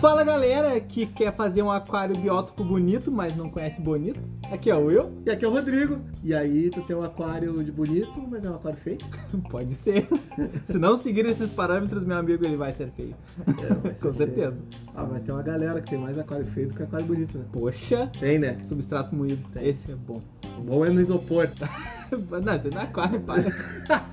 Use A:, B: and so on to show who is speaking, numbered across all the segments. A: Fala galera que quer fazer um aquário biótipo bonito, mas não conhece bonito. Aqui é o eu,
B: E aqui é o Rodrigo. E aí, tu tem um aquário de bonito, mas é um aquário feio.
A: pode ser. Se não seguir esses parâmetros, meu amigo, ele vai ser feio.
B: É, vai ser
A: Com
B: feio.
A: certeza.
B: Ah, mas tem uma galera que tem mais aquário feio do que aquário bonito, né?
A: Poxa,
B: Tem, né?
A: substrato moído. Esse é bom.
B: O bom é no isopor.
A: Não, isso não é aquário, para.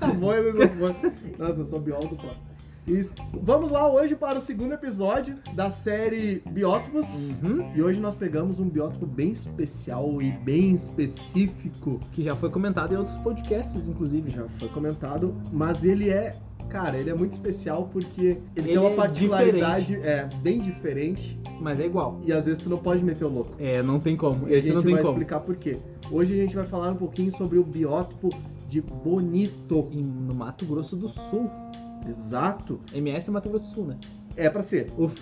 B: O bom é no isopor. Nossa, eu sou biólogo, posso. Isso. Vamos lá hoje para o segundo episódio da série Biótopos.
A: Uhum.
B: E hoje nós pegamos um biótipo bem especial e bem específico.
A: Que já foi comentado em outros podcasts, inclusive.
B: Já foi comentado, mas ele é, cara, ele é muito especial porque ele,
A: Ele
B: tem uma
A: é
B: particularidade é, bem diferente
A: Mas é igual.
B: e às vezes tu não pode meter o louco.
A: É, não tem como.
B: E a
A: Esse
B: gente
A: não tem
B: vai
A: como.
B: explicar por quê. Hoje a gente vai falar um pouquinho sobre o biótipo de Bonito.
A: Em- no Mato Grosso do Sul.
B: Exato.
A: MS é Mato Grosso do Sul, né?
B: É pra ser.
A: Uf.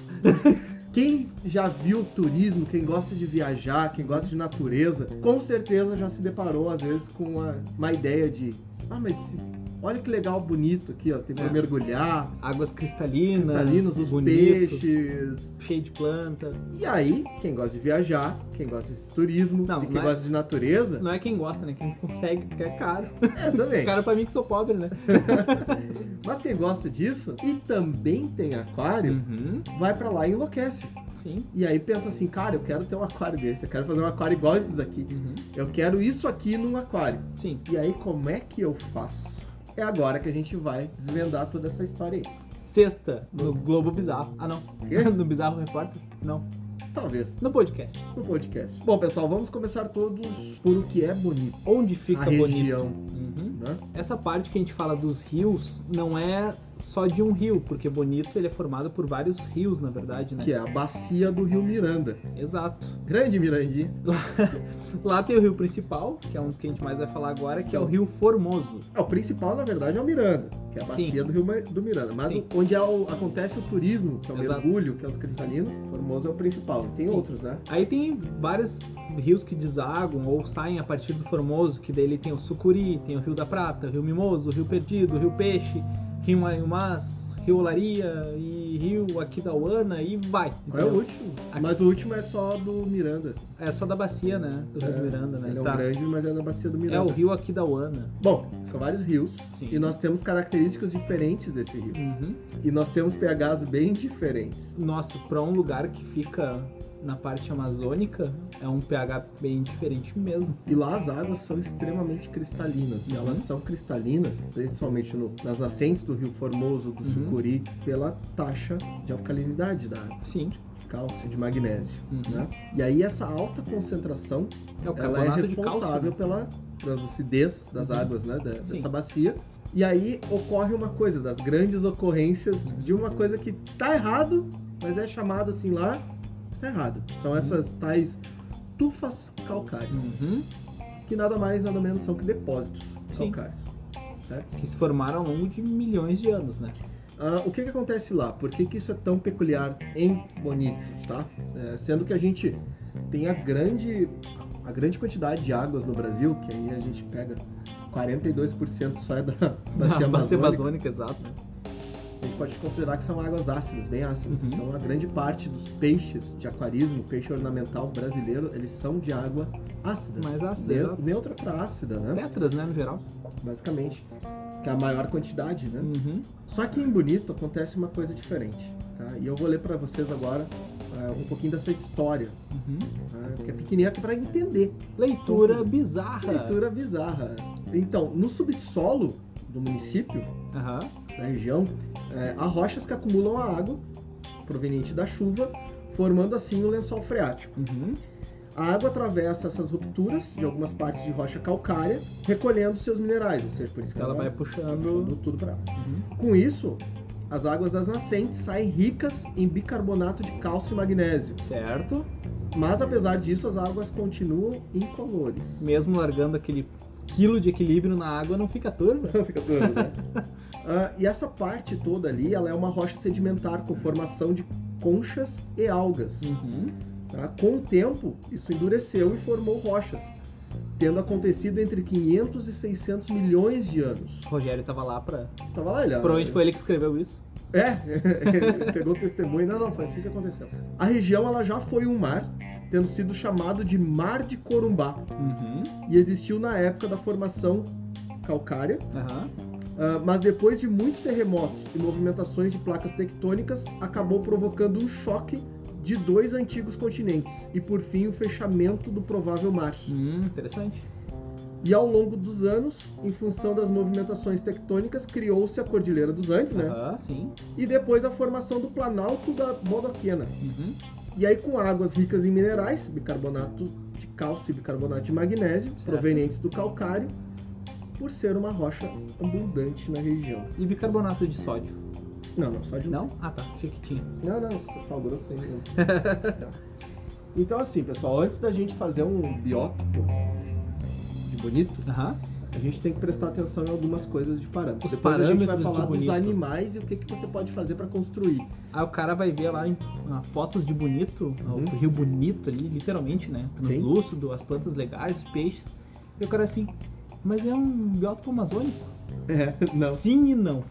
B: Quem já viu turismo, quem gosta de viajar, quem gosta de natureza, com certeza já se deparou às vezes com uma, uma ideia de, ah, mas esse- olha que legal, bonito aqui, ó, tem pra
A: É.
B: mergulhar,
A: Águas cristalinas.
B: cristalinos, os
A: bonito,
B: peixes.
A: Cheio de planta.
B: E aí, quem gosta de viajar, quem gosta de turismo,
A: Não,
B: e quem
A: mas-
B: gosta de natureza,
A: Não é quem gosta, né? Quem consegue, porque é caro.
B: é também.
A: Caro pra mim que sou pobre, né?
B: Mas quem gosta disso e também tem aquário,
A: Uhum.
B: vai pra lá e enlouquece.
A: Sim.
B: E aí pensa assim, cara, eu quero ter um aquário desse, eu quero fazer um aquário igual esses aqui.
A: Uhum.
B: Eu quero isso aqui num aquário.
A: Sim.
B: E aí, como é que eu faço? É agora que a gente vai desvendar toda essa história aí.
A: Sexta, no Globo Bizarro. Ah, não.
B: Uhum. Quê?
A: No Bizarro Repórter? Não.
B: Talvez
A: No podcast.
B: no podcast. Bom, pessoal, vamos começar todos por o que é bonito.
A: Onde fica
B: a
A: bonito.
B: região,
A: Uhum.
B: né?
A: Essa parte que a gente fala dos rios não é só de um rio, porque bonito ele é formado por vários rios, na verdade, né?
B: Que é a bacia do Rio Miranda.
A: Exato.
B: Grande Mirandinha.
A: Lá tem o rio principal, que é um dos que a gente mais vai falar agora, que é o Rio Formoso.
B: É, o principal, na verdade, é o Miranda, que é a bacia do Rio Ma- do Miranda. Mas
A: Sim.
B: o- onde é o- acontece o turismo, que é o
A: Exato.
B: mergulho, que é os cristalinos, Formoso é o principal. Tem
A: Sim.
B: outros, né?
A: Aí tem vários rios que desagam ou saem a partir do Formoso, que daí ele tem o Sucuri, tem o Rio da Prata, o Rio Mimoso, o Rio Perdido, o Rio Peixe, Rio Maiumás, Rio Olaria e Rio Aquidauana e vai.
B: Qual é o
A: entendeu?
B: último?
A: Aqui.
B: Mas o último é só do Miranda.
A: É só da bacia, né? Do Rio
B: É,
A: do Miranda, né?
B: Ele é um
A: Tá.
B: grande, mas é da bacia do
A: É o
B: Miranda.
A: Rio Aquidauana.
B: Bom, são vários rios.
A: Sim.
B: E nós temos características diferentes desse rio.
A: Uhum.
B: E nós temos pHs bem diferentes.
A: Nossa, pra um lugar que fica na parte amazônica, é um pH bem diferente mesmo.
B: E lá as águas são extremamente cristalinas. E
A: Uhum.
B: elas são cristalinas, principalmente no- nas nascentes do Rio Formoso, do
A: Uhum.
B: Sucuri, pela taxa de alcalinidade da água,
A: Sim.
B: de cálcio, de magnésio.
A: Uhum.
B: né? E aí essa alta concentração,
A: É o
B: ela é
A: carbonato de
B: responsável
A: cálcio. né?
B: pela translucidez das
A: Uhum.
B: águas, né? da-
A: Sim.
B: dessa bacia. E aí ocorre uma coisa, das grandes ocorrências de uma coisa que tá errado, mas é chamado assim lá, está errado. São essas tais tufas calcárias,
A: Uhum.
B: que nada mais, nada menos são que depósitos
A: Sim.
B: calcários. Certo?
A: Que se formaram ao longo de milhões de anos, né?
B: Ah, o que, que acontece lá? Por que, que isso é tão peculiar em Bonito, tá? É, sendo que a gente tem a grande, a grande quantidade de águas no Brasil, que aí a gente pega 42% só é da bacia
A: Bacia, bacia amazônica,
B: amazônica.
A: exato.
B: A gente pode considerar que são águas ácidas, bem ácidas.
A: Uhum.
B: Então a grande parte dos peixes de aquarismo, peixe ornamental brasileiro, eles são de água ácida.
A: Mais ácida,
B: Ne-
A: exato.
B: neutra para ácida, né?
A: Tetras, né, no geral.
B: Basicamente. Que é a maior quantidade, né?
A: Uhum.
B: Só que em Bonito acontece uma coisa diferente, tá? E eu vou ler para vocês agora é, um pouquinho dessa história,
A: Uhum.
B: tá? que é pequenininha para entender.
A: Leitura bizarra.
B: Leitura bizarra. Então, no subsolo do município,
A: Aham.
B: da região, é, há rochas que acumulam a água proveniente da chuva, formando assim um lençol freático.
A: Uhum.
B: A água atravessa essas rupturas de algumas partes de rocha calcária, recolhendo seus minerais, ou seja, por isso que
A: Ela vai puxando.
B: puxando tudo para
A: Uhum.
B: Com isso, as águas das nascentes saem ricas em bicarbonato de cálcio e magnésio.
A: Certo.
B: Mas apesar disso, as águas continuam incolores.
A: Mesmo largando aquele quilo de equilíbrio na água, não fica turva.
B: Fica doido, né? Ah, e essa parte toda ali, ela é uma rocha sedimentar com formação de conchas e algas.
A: Uhum.
B: tá? Com o tempo, isso endureceu e formou rochas, tendo acontecido entre 500 e 600 milhões de anos.
A: O Rogério tava lá pra.
B: Tava lá, ele...
A: Provavelmente foi ele que escreveu isso.
B: É, ele pegou o testemunho. Não, não, foi assim que aconteceu. A região ela já foi um mar, tendo sido chamado de Mar de Corumbá,
A: Uhum.
B: e existiu na época da formação calcária,
A: Aham.
B: ah, mas depois de muitos terremotos e movimentações de placas tectônicas, acabou provocando um choque de dois antigos continentes e por fim o fechamento do provável mar.
A: Hum, interessante.
B: E ao longo dos anos, em função das movimentações tectônicas, criou-se a Cordilheira dos Andes, né?
A: Aham, sim.
B: E depois a formação do Planalto da Bodoquena.
A: Uhum.
B: E aí, com águas ricas em minerais, bicarbonato de cálcio e bicarbonato de magnésio,
A: Certo.
B: provenientes do calcário, por ser uma rocha abundante na região.
A: E bicarbonato de sódio.
B: Não, não, só de um.
A: Não? Ah tá, achei que tinha.
B: Não, não, sal grosso ainda. não. Não. Então, assim, pessoal, antes da gente fazer um biótipo de bonito,
A: Aham.
B: a gente tem que prestar atenção em algumas coisas de parâmetros.
A: Os
B: Depois a gente vai
A: parâmetros de
B: falar dos
A: bonito.
B: animais e o que, que você pode fazer para construir.
A: Aí o cara vai ver lá em, ah, fotos de bonito,
B: Uhum.
A: o rio bonito ali, literalmente, né?
B: Sim.
A: Translúcido, as plantas legais, os peixes. E o cara assim, mas é um biótipo amazônico?
B: É, não.
A: Sim e não.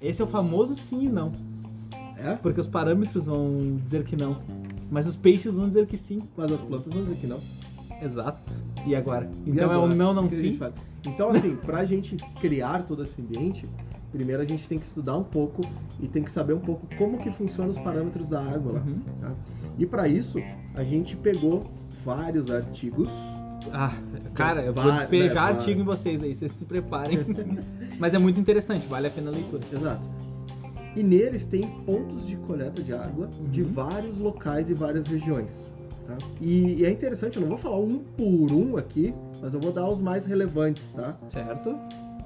A: Esse é o famoso sim e não.
B: É?
A: Porque os parâmetros vão dizer que não. Mas os peixes vão dizer que sim.
B: Mas as plantas vão dizer que não.
A: Exato. E agora?
B: E
A: Então é
B: agora?
A: um não,
B: O
A: não,
B: que a gente
A: sim.
B: faz? Então, assim, pra gente criar todo esse ambiente, primeiro a gente tem que estudar um pouco e tem que saber um pouco como que funcionam os parâmetros da água lá.
A: Uhum.
B: E para isso, a gente pegou vários artigos.
A: Ah, cara, eu vou
B: Vai,
A: despejar
B: vai, vai.
A: artigo em vocês aí, vocês se preparem. Mas é muito interessante, vale a pena a leitura.
B: Exato. E neles tem pontos de coleta de água de
A: Uhum.
B: vários locais e várias regiões. tá? E, e é interessante, eu não vou falar um por um aqui, mas eu vou dar os mais relevantes, tá?
A: Certo?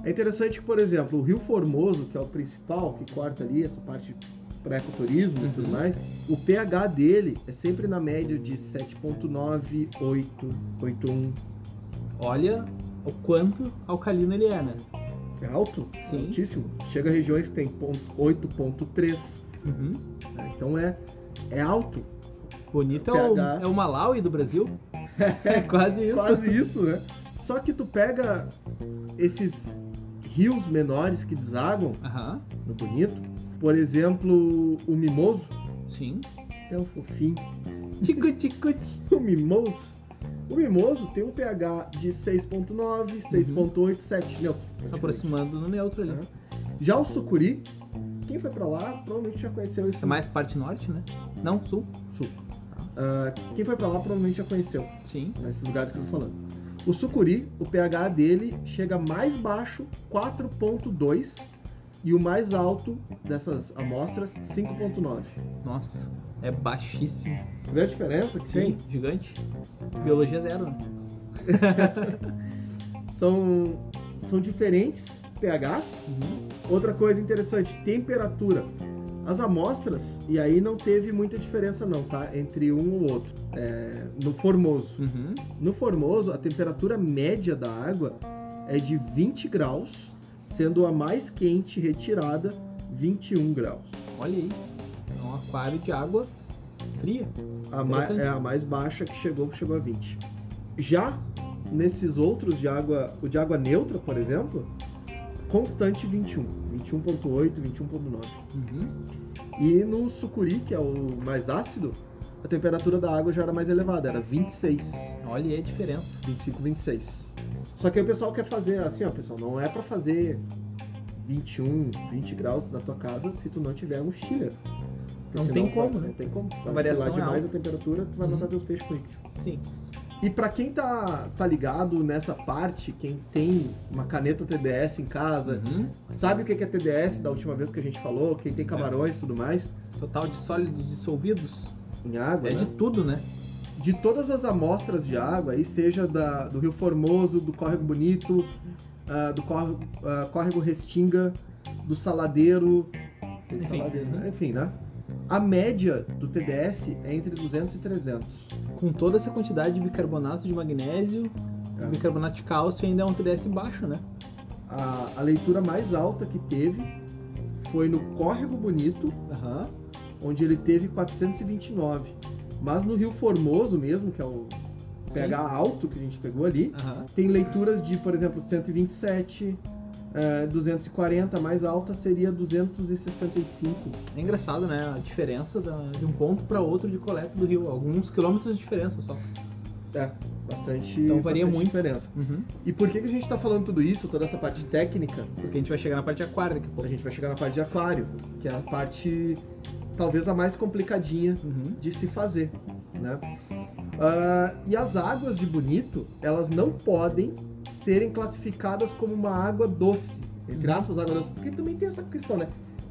B: É interessante que, por exemplo, o Rio Formoso, que é o principal, que corta ali essa parte para ecoturismo e tudo
A: Uhum.
B: mais, o pH dele é sempre na média de 7.9, 8, 8.1.
A: Olha o quanto alcalino ele é, né?
B: É alto?
A: Sim.
B: Altíssimo. Chega a regiões que tem ponto- 8.3.
A: Uhum.
B: né? Então é, é alto.
A: Bonito é o,
B: pH.
A: é o Malawi do Brasil. É quase isso.
B: Quase isso, né? Só que tu pega esses rios menores que desaguam
A: Aham,
B: no bonito. Por exemplo, o Mimoso,
A: sim.
B: que é um fofinho.
A: Tico, tico, tico.
B: O mimoso, o mimoso tem um pH de 6.9, 6.8, 7 neutro. praticamente.
A: Aproximando no neutro Uhum. ali.
B: Já o sucuri, quem foi pra lá provavelmente já conheceu esse.
A: É mais parte norte, né? Não, sul.
B: Ah, quem foi pra lá provavelmente já conheceu
A: Sim.
B: nesses lugares que eu tô falando. O sucuri, o pH dele chega mais baixo, 4.2, e o mais alto dessas amostras, 5.9.
A: Nossa, é baixíssimo.
B: Vê a diferença que tem?
A: Sim, gigante. Biologia zero, né?
B: São, são diferentes pHs,
A: Uhum.
B: Outra coisa interessante, temperatura. As amostras, e aí não teve muita diferença não, tá? Entre um ou outro. É, no Formoso.
A: Uhum.
B: No Formoso, a temperatura média da água é de 20 graus, sendo a mais quente retirada 21 graus.
A: Olha aí. É um aquário de água fria.
B: A ma-
A: Interessante.
B: é a mais baixa que chegou, que chegou a 20. Já nesses outros de água, o de água neutra, por exemplo, constante 21, 21.8, 21.9.
A: Uhum.
B: E no sucuri, que é o mais ácido, a temperatura da água já era mais elevada,
A: Uhum.
B: era 26,
A: Olha aí a diferença.
B: 25, 26. Só que aí o pessoal quer fazer assim, ó, pessoal, não é pra fazer 21, 20 graus na tua casa se tu não tiver um chiller. Porque
A: Não
B: senão
A: tem
B: tu
A: como,
B: vai-
A: né?
B: Não tem como. Vai
A: variação
B: variar
A: é
B: demais
A: alta.
B: a temperatura, tu vai
A: Uhum.
B: matar teus peixes com ictio.
A: Sim.
B: E pra quem tá, tá ligado nessa parte, quem tem uma caneta TDS em casa,
A: Uhum. É.
B: sabe o que que é TDS da última vez que a gente falou, quem tem camarões e tudo mais,
A: Total de sólidos dissolvidos.
B: em água,
A: É
B: né?
A: de tudo, né?
B: de todas as amostras de água, aí seja da- do Rio Formoso, do Córrego Bonito, ah, do córrego, ah, córrego Restinga, do Saladeiro. Tem
A: Enfim.
B: saladeiro, né? Enfim, né? A média do TDS é entre 200 e 300.
A: Com toda essa quantidade de bicarbonato de magnésio,
B: É.
A: bicarbonato de cálcio ainda é um TDS baixo, né?
B: A, a leitura mais alta que teve foi no Córrego Bonito,
A: Aham.
B: onde ele teve 429. Mas no Rio Formoso mesmo, que é o pega a alto que a gente pegou ali,
A: Aham.
B: tem leituras de, por exemplo, 127, eh, 240, a mais alta seria 265.
A: É engraçado, né? A diferença da- de um ponto para outro de coleta do rio. Alguns quilômetros de diferença só.
B: É, bastante,
A: Então varia
B: bastante
A: muito.
B: diferença.
A: Uhum.
B: E por que, que a gente está falando tudo isso, toda essa parte técnica?
A: Porque a gente vai chegar na parte aquária daqui a
B: A
A: pouco.
B: gente vai chegar na parte de aquário, que é a parte talvez a mais complicadinha
A: Uhum.
B: de se fazer, né? Ah, e as águas de Bonito, elas não podem serem classificadas como uma água doce, entre aspas, água doce, porque também tem essa questão, né?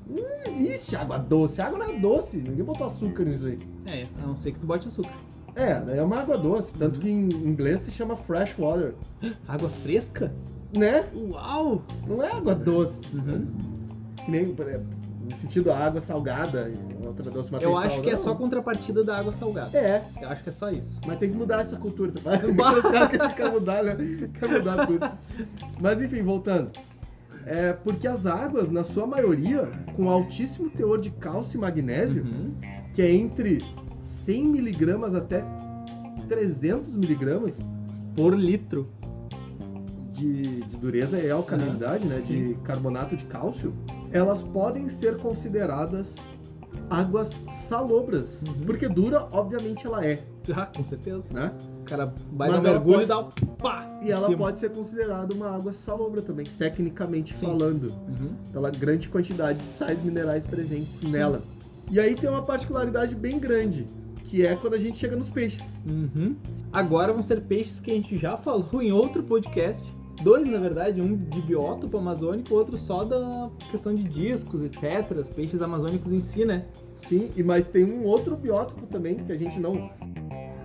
B: Não existe água doce, a água não é doce, ninguém botou açúcar nisso aí.
A: É, a não ser que tu bote açúcar.
B: É, daí é uma água doce, tanto que em inglês se chama fresh water,
A: Água fresca?
B: né?
A: Uau!
B: Não é água doce,
A: Uhum.
B: que nem por exemplo, no sentido a água salgada, e outra doce, mas
A: Eu
B: tem
A: acho
B: sal,
A: que é
B: não.
A: só contrapartida da água salgada.
B: É,
A: Eu acho que é só isso.
B: Mas tem que mudar essa cultura, tá? O cara que quer mudar, né? Quer mudar tudo. Mas enfim, voltando. É porque as águas, na sua maioria, com altíssimo teor de cálcio e magnésio,
A: Uhum.
B: que é entre 100 miligramas até 300 miligramas
A: Por litro.
B: de, de dureza e alcalinidade,
A: Ah,
B: né? De carbonato de cálcio, elas podem ser consideradas águas salobras.
A: Uhum.
B: Porque dura, obviamente, ela é,
A: Ah, com certeza.
B: né?
A: O cara vai
B: Mas
A: dar
B: ela
A: mergulho
B: pode-
A: e dá um pá!
B: E
A: em
B: ela
A: cima.
B: pode ser considerada uma água salobra também, tecnicamente
A: Sim.
B: falando,
A: Uhum.
B: pela grande quantidade de sais minerais presentes
A: Sim.
B: nela. E aí tem uma particularidade bem grande, que é quando a gente chega nos peixes.
A: Uhum. Agora vão ser peixes que a gente já falou em outro podcast. Dois, na verdade, um de biótopo amazônico, outro só da questão de discos, etc. Os peixes amazônicos em si, né?
B: Sim, e mas tem um outro biótipo também que a gente não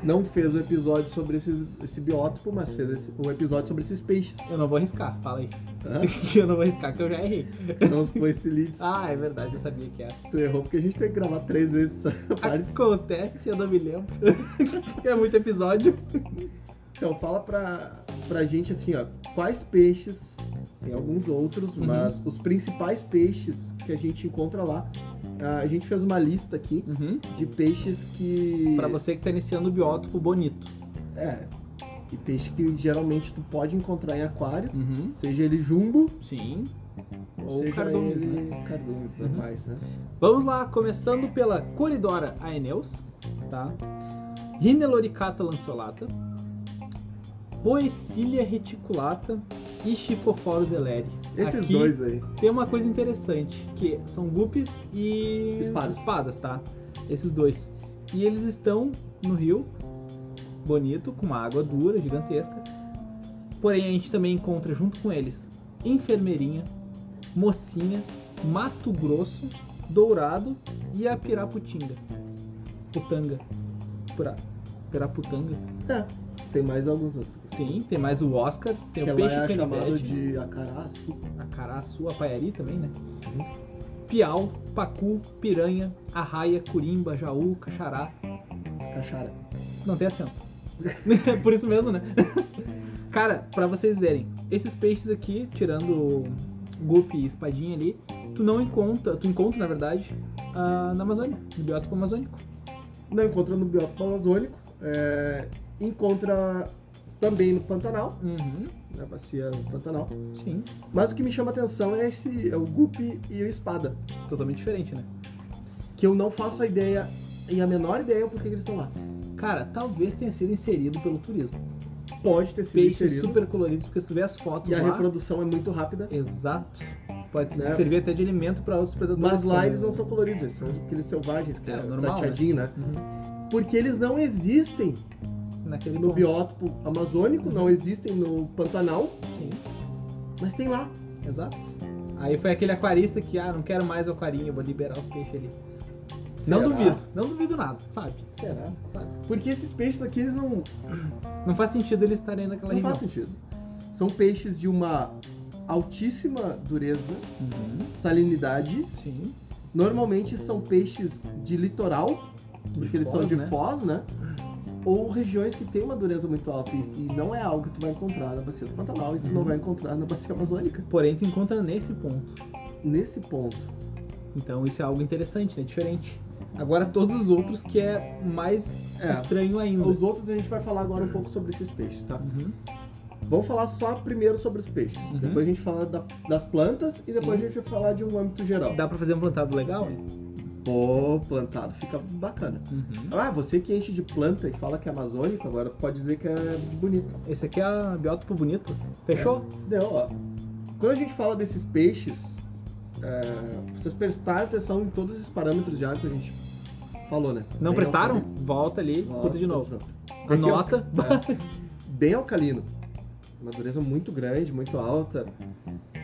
B: não fez o episódio sobre esses, esse biótipo, mas fez esse, um episódio sobre esses peixes.
A: Eu não vou arriscar, fala aí.
B: Hã?
A: Eu não vou arriscar, que eu já errei.
B: São os poecilites.
A: Ah, é verdade, eu sabia que era.
B: Tu errou porque a gente tem que gravar três vezes essa parte.
A: Acontece, eu não me lembro. é muito episódio.
B: Então fala pra, pra gente assim, ó, quais peixes, tem alguns outros,
A: Uhum.
B: mas os principais peixes que a gente encontra lá. Ah, A gente fez uma lista aqui
A: Uhum.
B: de peixes que.
A: Pra você que tá iniciando o biótipo bonito.
B: É. E peixe que geralmente tu pode encontrar em aquário.
A: Uhum.
B: Seja ele jumbo
A: Sim. Ou
B: Uhum.
A: né?
B: seja
A: cardumes,
B: ele... Cardumes,
A: Uhum.
B: normais, né?
A: Vamos lá, começando pela Coridora Aeneus, tá? Rineloricata lanceolata, Poecilia reticulata e Chifophorus eleri.
B: Esses
A: Aqui
B: dois aí.
A: Tem uma coisa interessante, que são guppies e
B: Espadas.
A: tá? Esses dois. E eles estão no rio, bonito, com uma água dura, gigantesca. Porém, a gente também encontra junto com eles enfermeirinha, mocinha, Mato Grosso, Dourado e a Piraputinga. Putanga. Pura- Piraputanga.
B: É. Tem mais alguns outros.
A: Sim, tem mais o Oscar, tem o
B: que ela
A: peixe né?
B: é chamado
A: canivete.
B: de acaraçu.
A: a Caraçu, a Paiari também, né?
B: Uhum.
A: Piau, Pacu, Piranha, Arraia, Curimba, Jaú, Caxará.
B: Cachara.
A: Não tem acento. Por isso mesmo, né? Cara, pra vocês verem, esses peixes aqui, tirando golpe e espadinha ali, tu não encontra, tu encontra, na verdade, ah, na Amazônia, no biótipo amazônico.
B: Não encontra no biótipo amazônico. é, encontra também no Pantanal,
A: Uhum,
B: na bacia do Pantanal.
A: sim.
B: Mas o que me chama atenção é esse é o guppy e o espada,
A: Totalmente diferente, né?
B: que eu não faço a ideia e a menor ideia porque que eles estão lá.
A: Cara, talvez tenha sido inserido pelo turismo.
B: Pode ter sido
A: Peixes
B: inserido
A: super coloridos, porque se tu vê as fotos
B: e a
A: lá,
B: reprodução é muito rápida.
A: Exato. Pode
B: Né?
A: servir até de alimento para outros predadores.
B: Mas lá
A: também.
B: eles não são coloridos, eles são aqueles selvagens que
A: É,
B: é,
A: normal,
B: prateadinho, né?
A: Uhum.
B: Porque eles não existem
A: Naquele
B: no
A: ponto.
B: biótipo amazônico,
A: Uhum.
B: não existem no Pantanal,
A: Sim,
B: mas tem lá.
A: exato. Aí foi aquele aquarista que, ah, não quero mais o aquarinho, eu vou liberar os peixes ali. Não
B: Será?
A: duvido, não duvido nada, sabe?
B: Será?
A: Sabe?
B: Porque esses peixes aqui, eles não,
A: Não faz sentido eles estarem naquela
B: não faz
A: região.
B: sentido. São peixes de uma altíssima dureza,
A: Uhum.
B: salinidade.
A: Sim.
B: Normalmente são peixes de litoral, porque eles são
A: Foz,
B: de
A: né?
B: Foz, né? Ou regiões que têm uma dureza muito alta e, e não é algo que tu vai encontrar na bacia do Pantanal e tu não
A: Uhum.
B: vai encontrar na bacia amazônica.
A: Porém, tu encontra nesse ponto.
B: Nesse ponto.
A: Então isso é algo interessante, né? Diferente. Agora todos os outros que é mais
B: É.
A: estranho ainda.
B: Os outros a gente vai falar agora um pouco sobre esses peixes, tá?
A: Uhum.
B: Vamos falar só primeiro sobre os peixes.
A: Uhum.
B: Depois a gente fala da- das plantas e depois
A: Sim.
B: a gente vai falar de um âmbito geral.
A: Dá pra fazer um plantado legal? hein?
B: Pô, plantado fica bacana.
A: Uhum.
B: Ah, você que enche de planta e fala que é amazônico, agora tu pode dizer que é de bonito.
A: Esse aqui é a biótipo bonito. Fechou?
B: Deu, ó. Quando a gente fala desses peixes, é, vocês prestaram atenção em todos esses parâmetros já que a gente falou, né?
A: Não
B: Bem
A: prestaram?
B: alcalino.
A: Volta ali, escuta de novo.
B: Porque, ó,
A: Anota.
B: Bem alcalino. Uma dureza muito grande, muito alta.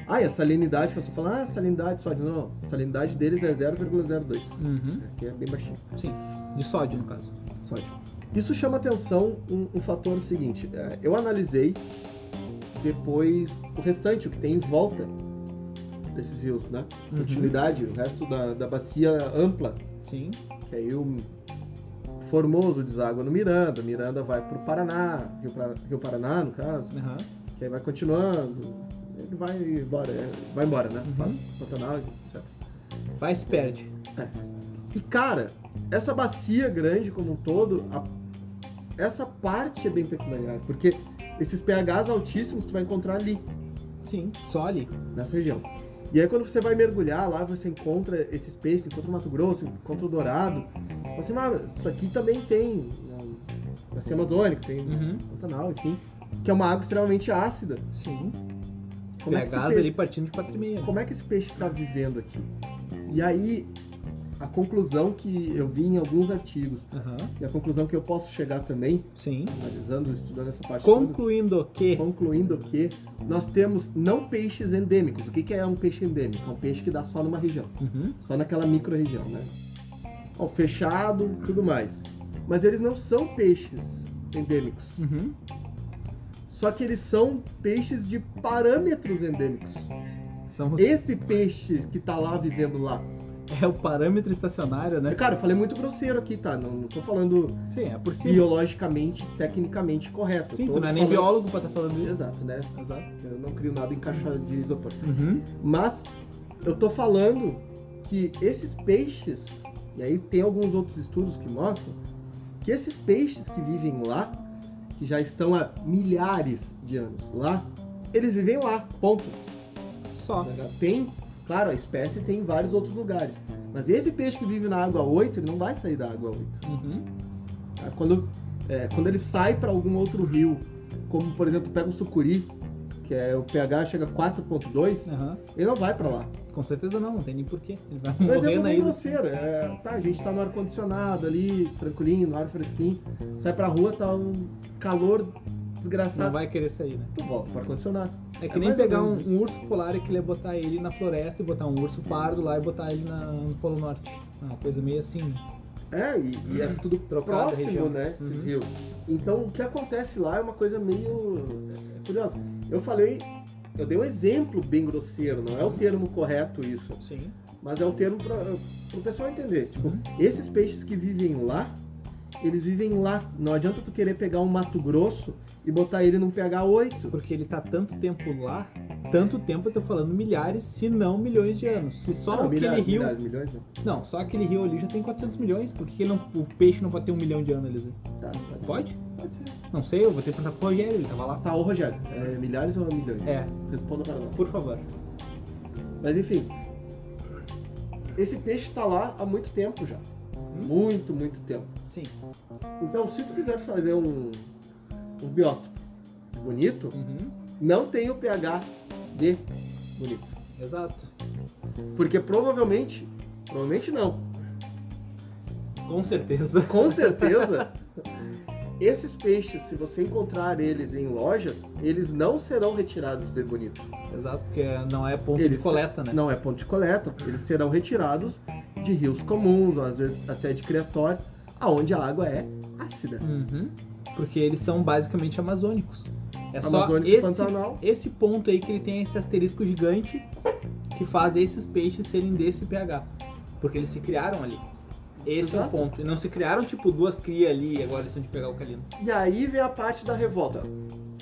B: Ah, e a salinidade, o pessoal fala, ah, salinidade, sódio. Não, a salinidade deles é 0,02.
A: Uhum.
B: Que é bem baixinho.
A: Sim. De sódio, no caso.
B: sódio. Isso chama atenção um, um fator seguinte. é, eu analisei depois o restante, o que tem em volta desses rios, né?
A: Uhum.
B: Utilidade, o resto da, da bacia ampla,
A: Sim.
B: que aí o Formoso deságua no Miranda, Miranda vai pro Paraná, Rio, Pra- Rio Paraná no caso,
A: Aham.
B: que aí vai continuando, ele vai embora, é, vai embora, né?
A: Uhum.
B: Faz Pantanal, etc.
A: Vai se perde.
B: E cara, essa bacia grande como um todo, a- essa parte é bem peculiar, porque esses pHs altíssimos tu vai encontrar ali,
A: Sim. Só ali.
B: nessa região. E aí quando você vai mergulhar lá, você encontra esses peixes, encontra o Mato Grosso, encontra o Dourado. Você, mas isso aqui também tem né, bacia amazônica, tem
A: Uhum.
B: Pantanal, enfim. Que é uma água extremamente ácida.
A: Sim.
B: Como é, que
A: pH
B: esse peixe,
A: ali partindo de 4,5.
B: como é que esse peixe está vivendo aqui? E aí, a conclusão que eu vi em alguns artigos
A: Aham.
B: E a conclusão que eu posso chegar também,
A: Sim.
B: analisando, estudando essa parte, toda,
A: Concluindo que.
B: concluindo que nós temos não peixes endêmicos. O que, que é um peixe endêmico? É um peixe que dá só numa região,
A: Uhum.
B: só naquela micro-região, né? Ó, fechado, tudo mais. Mas eles não são peixes endêmicos.
A: Uhum.
B: Só que eles são peixes de parâmetros endêmicos.
A: São os-
B: Esse peixe que tá lá vivendo lá.
A: É o parâmetro estacionário, né?
B: Cara, eu falei muito grosseiro aqui, tá? Não, não tô falando
A: Sim, é por cima.
B: biologicamente, tecnicamente correto. Eu
A: Sim,
B: tô
A: tu não é nem
B: falando-
A: biólogo pra estar falando isso.
B: Exato, né?
A: Exato.
B: Eu não crio nada em caixa de isopor.
A: Uhum.
B: Mas eu tô falando que esses peixes, e aí tem alguns outros estudos que mostram, que esses peixes que vivem lá, que já estão há milhares de anos lá, eles vivem lá, ponto. Né?
A: Só.
B: Tem, claro, a espécie tem em vários outros lugares. Mas esse peixe que vive na água 8, ele não vai sair da água 8.
A: Uhum.
B: Tá? Quando, é, quando ele sai para algum outro rio, como por exemplo, pega o sucuri, que é o pH chega a 4.2,
A: Aham.
B: ele não vai para lá.
A: Com certeza não, não tem nem porquê. Ele vai
B: Um
A: morrer
B: exemplo
A: na
B: bem
A: ida.
B: grosseiro, é, tá, a gente tá no ar-condicionado ali, tranquilinho, no ar fresquinho, sai pra rua, tá um calor
A: Não
B: desgraçado,
A: vai querer sair, né?
B: tu volta pro ar-condicionado.
A: É que
B: É
A: nem
B: mais ou
A: pegar um,
B: menos
A: um
B: isso.
A: urso polar e querer botar ele na floresta e botar um urso pardo lá e botar ele na, no Polo Norte. É Uma coisa meio assim.
B: É, e, e é tudo
A: Trocado a região.
B: próximo, né, esses
A: Uhum.
B: rios. Então, o que acontece lá é uma coisa meio é, curiosa. Eu falei, eu dei um exemplo bem grosseiro, não é o termo correto isso,
A: Sim.
B: mas é o termo pra, pro pessoal entender. Tipo,
A: Uhum.
B: esses peixes que vivem lá, eles vivem lá. Não adianta tu querer pegar um Mato Grosso e botar ele num pH 8.
A: Porque ele tá tanto tempo lá, tanto tempo eu tô falando milhares, se não milhões de anos. Se só
B: Ah, não,
A: aquele
B: milhares,
A: rio.
B: milhares, milhões, né?
A: Não, só aquele rio ali já tem 400 milhões. Por que que ele não- o peixe não pode ter um milhão de anos, Elisa?
B: Tá, pode,
A: Pode?
B: ser. Pode ser.
A: Não sei, eu vou ter que perguntar pro Rogério, ele tava lá.
B: Tá, ô Rogério, é milhares ou milhões?
A: É.
B: Responda para nós.
A: Por favor.
B: Mas enfim, esse peixe tá lá há muito tempo já.
A: Hum?
B: Muito, muito tempo.
A: Sim.
B: Então, se tu quiser fazer um, um biótipo bonito,
A: Uhum.
B: não tem o pH de bonito.
A: Exato.
B: Porque provavelmente, provavelmente não,
A: Com certeza.
B: com certeza, esses peixes, se você encontrar eles em lojas, eles não serão retirados de bonito.
A: Né? Exato, porque não é ponto
B: Eles-
A: de coleta, né?
B: Não é ponto de coleta, eles serão retirados de rios comuns, ou às vezes até de criatórios, aonde a água é ácida.
A: Uhum. Porque eles são basicamente amazônicos. É só
B: Amazônia e
A: esse,
B: Pantanal.
A: esse ponto aí que ele tem esse asterisco gigante que faz esses peixes serem desse pH. Porque eles se criaram ali. Esse é
B: Exato.
A: o ponto. E não se criaram, tipo, duas crias ali e agora eles são de pegar o calino.
B: E aí vem a parte da revolta.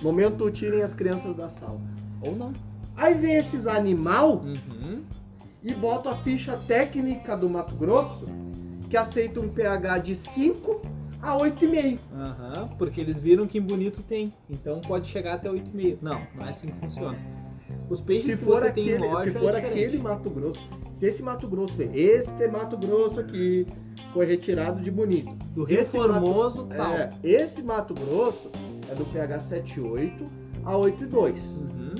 B: Momento, tirem as crianças da sala.
A: Ou não.
B: Aí vem esses animal
A: Uhum.
B: e botam a ficha técnica do Mato Grosso que aceita um pH de 5 a 8,5.
A: Aham, porque eles viram que em bonito tem. Então pode chegar até 8,5. Não, não é assim que funciona. Os peixes
B: Se
A: que
B: for,
A: você
B: aquele,
A: tem em loja.
B: se for
A: é diferente.
B: aquele Mato Grosso, se esse Mato Grosso, foi- este Mato Grosso aqui foi retirado de bonito.
A: do Rio
B: esse
A: Formoso tal.
B: É, esse Mato Grosso é do pH 7,8 a 8,2.
A: Uhum.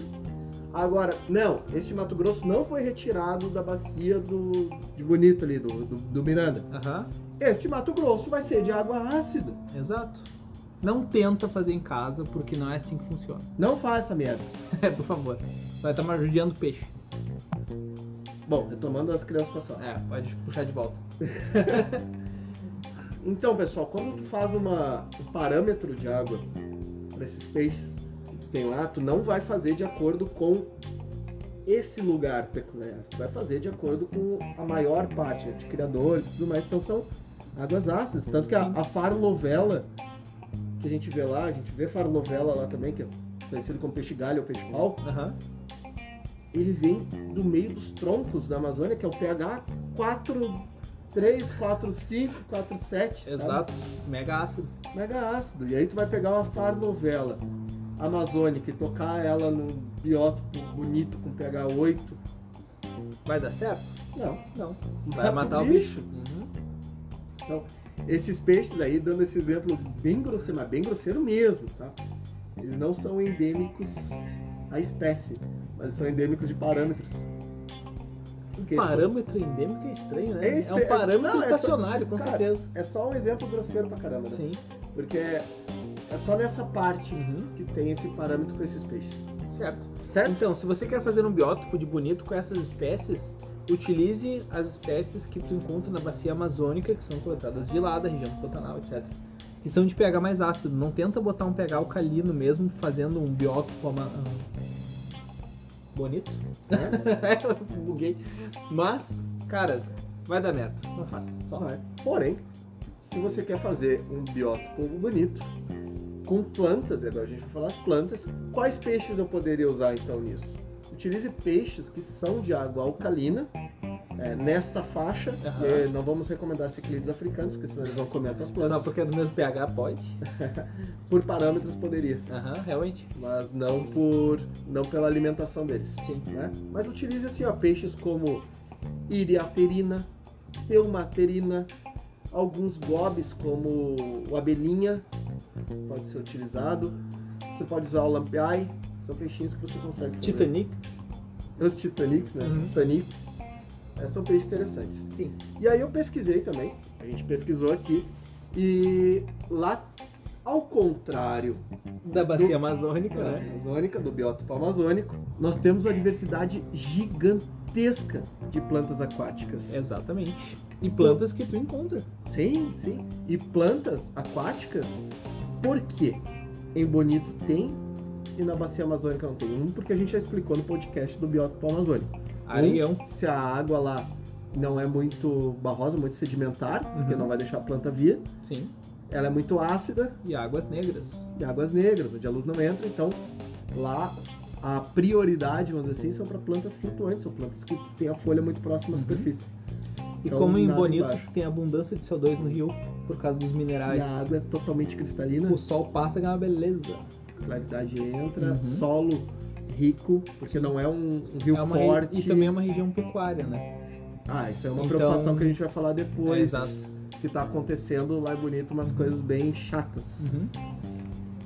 B: Agora, não, este Mato Grosso não foi retirado da bacia do, de Bonito ali, do, do, do Miranda.
A: Aham,
B: Este Mato Grosso vai ser de água ácida.
A: exato. Não tenta fazer em casa, porque não é assim que funciona.
B: Não faz essa merda.
A: É, por favor. Vai estar marjudiando o peixe.
B: Bom, retomando as crianças passadas.
A: É, pode puxar de volta.
B: Então, pessoal, quando tu faz uma, um parâmetro de água para esses peixes que tu tem lá, tu não vai fazer de acordo com esse lugar peculiar. Tu vai fazer de acordo com a maior parte né, de criadores e tudo mais. Então são águas ácidas. Tanto que a, a farlovela que a gente vê lá, a gente vê farlovela lá também, que é conhecido como peixe galho ou peixe pau,
A: Aham.
B: ele vem do meio dos troncos da Amazônia, que é o pH 4, 3, 4, 5, 4, 7. sabe?
A: Exato. Mega ácido.
B: mega ácido. E aí tu vai pegar uma farnovela amazônica e tocar ela num biótipo bonito com pH 8.
A: Vai dar certo?
B: Não, não.
A: Vai matar o bicho. Uhum.
B: Esses peixes aí, dando esse exemplo bem grosseiro, mas bem grosseiro mesmo, tá? Eles não são endêmicos à espécie, mas são endêmicos de parâmetros. Porque isso
A: Parâmetro endêmico é estranho, né?
B: É
A: É,
B: este-
A: um parâmetro
B: não, é só-
A: estacionário, com
B: Cara,
A: certeza.
B: é só um exemplo grosseiro pra caramba, né?
A: Sim.
B: Porque é é só nessa parte
A: Uhum.
B: que tem esse parâmetro com esses peixes.
A: Certo.
B: Certo?
A: Então, se você quer fazer um biótipo de bonito com essas espécies, utilize as espécies que tu encontra na bacia amazônica, que são coletadas de lá, da região do Pantanal, etc. Que são de pH mais ácido. Não tenta botar um pH alcalino mesmo, fazendo um biótipo ama- ah, bonito.
B: Né?
A: Eu Buguei. Mas, cara, vai dar merda. Não faça. Só
B: Vai. Porém, se você quer fazer um biótipo bonito, com plantas, e agora a gente vai falar as plantas, quais peixes eu poderia usar então nisso? Utilize peixes que são de água alcalina, é, nessa faixa,
A: Aham.
B: porque não vamos recomendar ciclídeos africanos, porque senão eles vão comer as plantas.
A: Só porque é do mesmo pH pode.
B: Por parâmetros poderia,
A: Aham, realmente.
B: mas não por não pela alimentação deles.
A: Sim.
B: né? Mas utilize assim, ó, peixes como iriaterina, peumaterina, alguns gobes como o abelhinha, pode ser utilizado. Você pode usar o lampiai, são peixinhos que você consegue fazer.
A: Titanic?
B: Os titanics, né?
A: Uhum.
B: Titanics. É, são peixes interessantes.
A: Sim.
B: E aí eu pesquisei também, a gente pesquisou aqui, e lá, ao contrário
A: Da bacia
B: Do-
A: amazônica,
B: da
A: né?
B: É, amazônica, do biótipo amazônico, nós temos uma diversidade gigantesca de plantas aquáticas.
A: É. Exatamente. E plantas que tu encontra.
B: Sim, sim. E plantas aquáticas, por quê? Em Bonito tem e na bacia amazônica não tem. Um, porque a gente já explicou no podcast do biótipo amazônico.
A: Areião.
B: Um, se a água lá não é muito barrosa, muito sedimentar, porque
A: Uhum.
B: não vai deixar a planta vir.
A: Sim.
B: Ela é muito ácida,
A: E águas negras.
B: de águas negras, onde a luz não entra, então lá a prioridade, vamos dizer assim, são para plantas flutuantes, são plantas que têm a folha muito próxima à
A: Uhum.
B: superfície.
A: E
B: Então,
A: como em
B: nada
A: Bonito
B: embaixo.
A: tem abundância de CO2 no rio por causa dos
B: E
A: minerais,
B: a água é totalmente cristalina,
A: o sol passa que é uma beleza.
B: a claridade entra,
A: Uhum.
B: solo rico, porque não é um, um rio
A: É uma re-
B: forte.
A: E também é uma região pecuária, né?
B: Ah, isso é uma
A: Então-
B: preocupação que a gente vai falar depois.
A: É, exato.
B: Que tá acontecendo lá em bonito umas coisas bem chatas.
A: Uhum.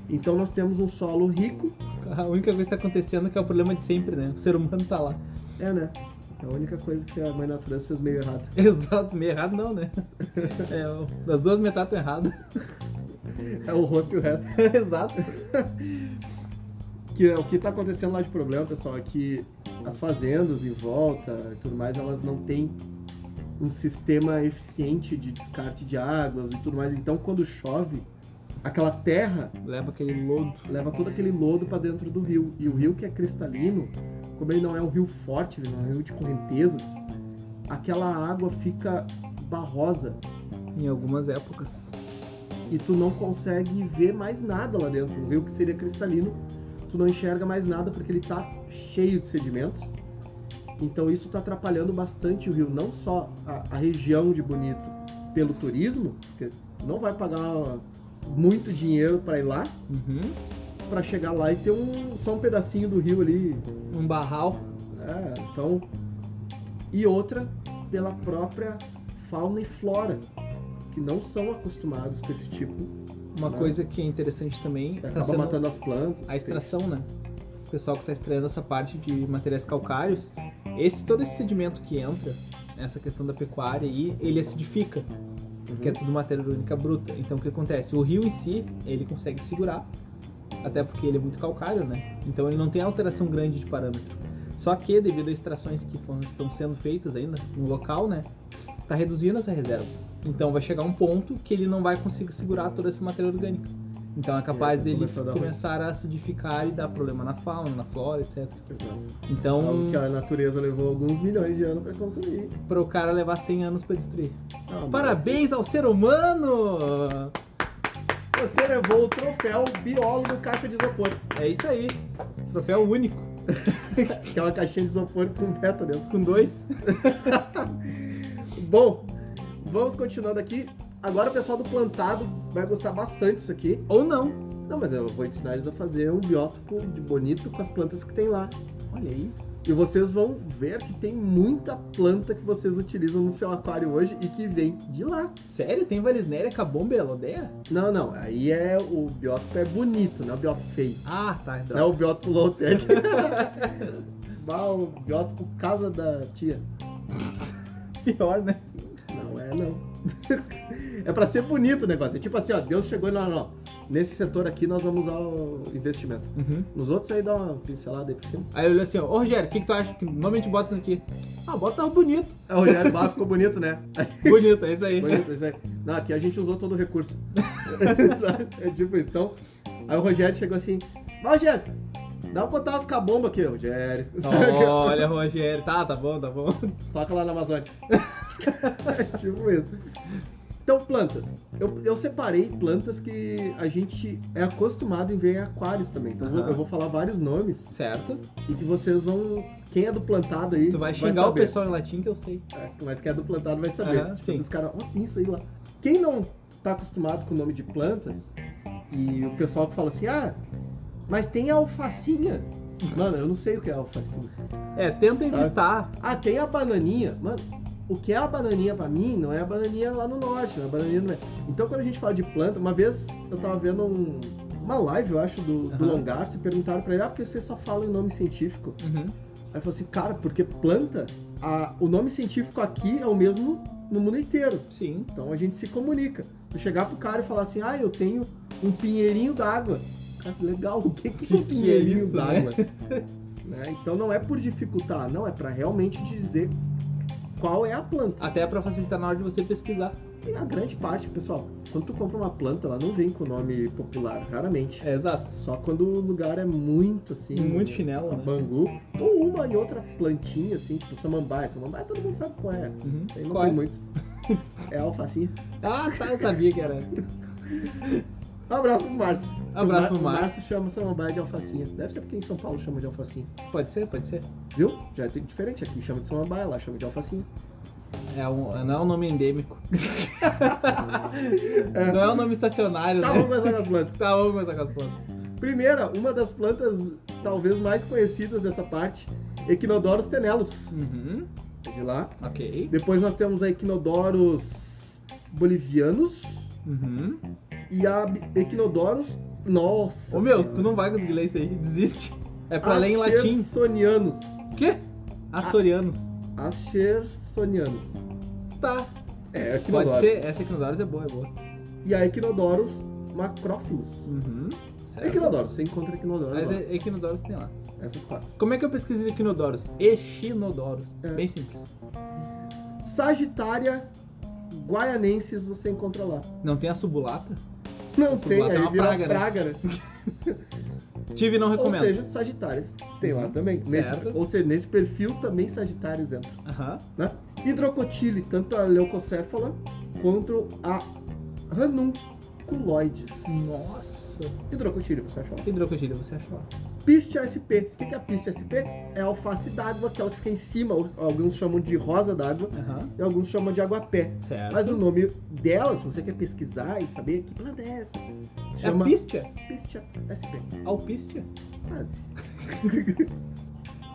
B: Então nós temos um solo rico,
A: A única coisa que tá acontecendo é que é o problema de sempre, né? O ser humano tá lá.
B: é né? É a única coisa que a mãe natureza fez meio errado.
A: Exato, meio errado não, né? É, o- das duas metades tá errado.
B: É o rosto e o resto.
A: Exato.
B: que é o que está acontecendo lá de problema, pessoal, é que as fazendas em volta e tudo mais, elas não têm um sistema eficiente de descarte de águas e tudo mais. Então, quando chove, aquela terra
A: Leva aquele lodo.
B: leva todo aquele lodo para dentro do rio. E o rio que é cristalino, como ele não é um rio forte, ele não é um rio de correntezas, aquela água fica barrosa
A: Em algumas épocas.
B: e tu não consegue ver mais nada lá dentro. O rio que seria cristalino, tu não enxerga mais nada porque ele tá cheio de sedimentos. Então isso tá atrapalhando bastante o rio, não só a, a região de Bonito, pelo turismo, porque não vai pagar muito dinheiro para ir lá,
A: Uhum.
B: para chegar lá e ter um, só um pedacinho do rio ali.
A: Um barral.
B: né? então, e outra pela própria fauna e flora, que não são acostumados com esse tipo.
A: Uma
B: Né?
A: coisa que é interessante também tá
B: Acaba
A: sendo
B: matando as plantas.
A: a extração, né? O pessoal que tá extraindo essa parte de materiais calcários, esse todo esse sedimento que entra, essa questão da pecuária aí, ele acidifica,
B: Tem-
A: porque é tudo matéria orgânica bruta. Então o que acontece? O rio em si, ele consegue segurar, até porque ele é muito calcário, né? Então ele não tem alteração grande de parâmetro. Só que devido a extrações que foram- estão sendo feitas ainda no local, né? Tá reduzindo essa reserva. Então vai chegar um ponto que ele não vai conseguir segurar toda essa matéria orgânica. Então é capaz
B: vai
A: dele
B: começar a dar ruim.
A: começar a acidificar e dar problema na fauna, na flora, etc.
B: Exato. Algo
A: Então,
B: que é- a natureza levou alguns milhões de anos para consumir.
A: para o cara levar 100 anos para destruir.
B: Ah,
A: Parabéns ao ser humano!
B: Você levou o troféu biólogo caixa de isopor,
A: É isso aí. Troféu único.
B: que é uma caixinha de isopor com beta dentro.
A: Com dois.
B: Bom, vamos continuando aqui. Agora o pessoal do plantado vai gostar bastante disso aqui.
A: Ou não.
B: Não, mas eu vou ensinar eles a fazer um biótipo de bonito com as plantas que tem lá.
A: Olha aí.
B: E vocês vão ver que tem muita planta que vocês utilizam no seu aquário hoje e que vem de lá.
A: Sério? Tem Valisneria com a bomba e ela odeia?
B: Não, não, aí é o biótipo é bonito, não é o biótipo feio.
A: Ah, tá.
B: Não é o biótipo low-tech. Bah, o biótipo casa da tia. É
A: pior, né?
B: Não é, não. é pra ser bonito o negócio. É tipo assim, ó, Deus chegou e não, não, não. Nesse setor aqui nós vamos usar o investimento. Nos outros aí dá uma pincelada aí por cima.
A: Aí ele olhou assim, ó, ô Rogério, o que, que tu acha? Que normalmente bota isso aqui. Ah, bota algo bonito.
B: É, o Rogério Bá ficou bonito, né?
A: Bonito, é isso aí.
B: Bonito, isso aí. Não, aqui a gente usou todo o recurso. é tipo, então. Aí o Rogério chegou assim, vai Rogério, dá pra botar umas cabombas aqui, Rogério.
A: Olha, Rogério, tá, tá bom, tá bom.
B: Toca lá na Amazônia. tipo isso. Então, plantas. Eu, eu separei plantas que a gente é acostumado em ver em aquários também. Então, eu vou-
A: Aham.
B: eu vou falar vários nomes
A: Certo.
B: e que vocês vão. Quem é do plantado aí.
A: Tu vai xingar o
B: saber.
A: pessoal em latim que eu sei.
B: É, mas quem é do plantado vai saber.
A: Aham,
B: tipo,
A: sim.
B: esses caras, ó, tem isso aí lá. Quem não tá acostumado com o nome de plantas e o pessoal que fala assim, ah, mas tem alfacinha. Mano, eu não sei o que é alfacinha.
A: É, tenta
B: Sabe?
A: evitar.
B: Ah, tem a bananinha. Mano, o que é a bananinha pra mim não é a bananinha lá no norte, não é a bananinha no... Então quando a gente fala de planta, uma vez eu tava vendo um- uma live, eu acho, do, do
A: Aham.
B: Longarço e perguntaram pra ele, ah, por que você só fala em nome científico?
A: Uhum.
B: Aí ele falou assim, cara, porque planta, a- o nome científico aqui é o mesmo no mundo inteiro.
A: Sim.
B: Então a gente se comunica. Tu chegar pro cara e falar assim, ah, eu tenho um pinheirinho d'água. Cara, que legal, o que, que é um
A: Que que é
B: pinheirinho
A: isso,
B: d'água? Né? Então não é por dificultar, não, é pra realmente dizer qual é a planta.
A: Até pra facilitar na hora de você pesquisar.
B: E a grande parte, pessoal, quando tu compra uma planta, ela não vem com o nome popular, raramente.
A: É, exato.
B: Só quando o lugar é muito assim.
A: Muito chinelo,
B: a
A: né?
B: Bangu, ou uma e outra plantinha, assim, tipo samambaia. Samambaia todo mundo sabe qual é.
A: Uhum.
B: Aí não
A: Qual
B: tem
A: é?
B: muito. É alfacinha.
A: Ah, tá, eu sabia que era. essa.
B: Um abraço pro Márcio.
A: Abraço pro
B: O
A: Márcio.
B: Márcio chama samambaia de alfacinha. Deve ser porque em São Paulo chama de alfacinha.
A: Pode ser, pode ser.
B: Viu? Já é tudo diferente aqui. Chama de samambaia, lá chama de alfacinha.
A: É um, não é um nome endêmico.
B: É.
A: Não é um nome estacionário,
B: Tá,
A: né?
B: vamos começar com as plantas.
A: Tá, vamos começar com as plantas.
B: Primeira, uma das plantas talvez mais conhecidas dessa parte, Equinodorus tenellus.
A: Uhum.
B: É de lá.
A: Ok.
B: Depois nós temos a Equinodorus bolivianus
A: Uhum.
B: e a B- Equinodorus... Nossa
A: Ô meu,
B: senhora.
A: tu não vai conseguir ler isso aí, desiste. É
B: Ah,
A: pra ler em latim.
B: Aschersonianos.
A: O quê? Açorianos.
B: Aschersonianos.
A: Tá.
B: É,
A: Pode
B: Equinodorus.
A: ser? Essa Equinodorus é boa, é boa.
B: E a Equinodorus macrófilos.
A: Uhum. Certo.
B: Equinodorus, você encontra Equinodorus.
A: Mas
B: lá.
A: é- Equinodorus tem lá.
B: Essas quatro.
A: Como é que eu pesquisei Equinodorus? Echinodorus.
B: É.
A: Bem simples.
B: Sagitária guaianensis você encontra lá.
A: Não tem a subulata?
B: Não
A: Nossa,
B: tem,
A: lá tá
B: aí
A: uma
B: vira
A: praga,
B: praga,
A: né?
B: né?
A: Tive e não
B: Ou
A: recomendo. Uhum.
B: seja, Sagitárias tem lá também. Nesse-
A: Certo.
B: ou seja, nesse perfil também Sagitários entra. né?
A: Aham.
B: Hidrocotile, tanto a leucocéfala quanto a ranunculoides.
A: Nossa.
B: Hidrocotile, você acha lá?
A: Hidrocotilha, você achou?
B: Piste ASP. O que que é a piste ASP? É a alface d'água, aquela que fica em cima, ou- alguns chamam de rosa d'água
A: Aham.
B: e alguns chamam de aguapé.
A: Certo.
B: Mas o nome dela, se você quer pesquisar e saber que planta é essa,
A: É a
B: chama
A: pistia?
B: piste ASP.
A: Alpistia?
B: Quase.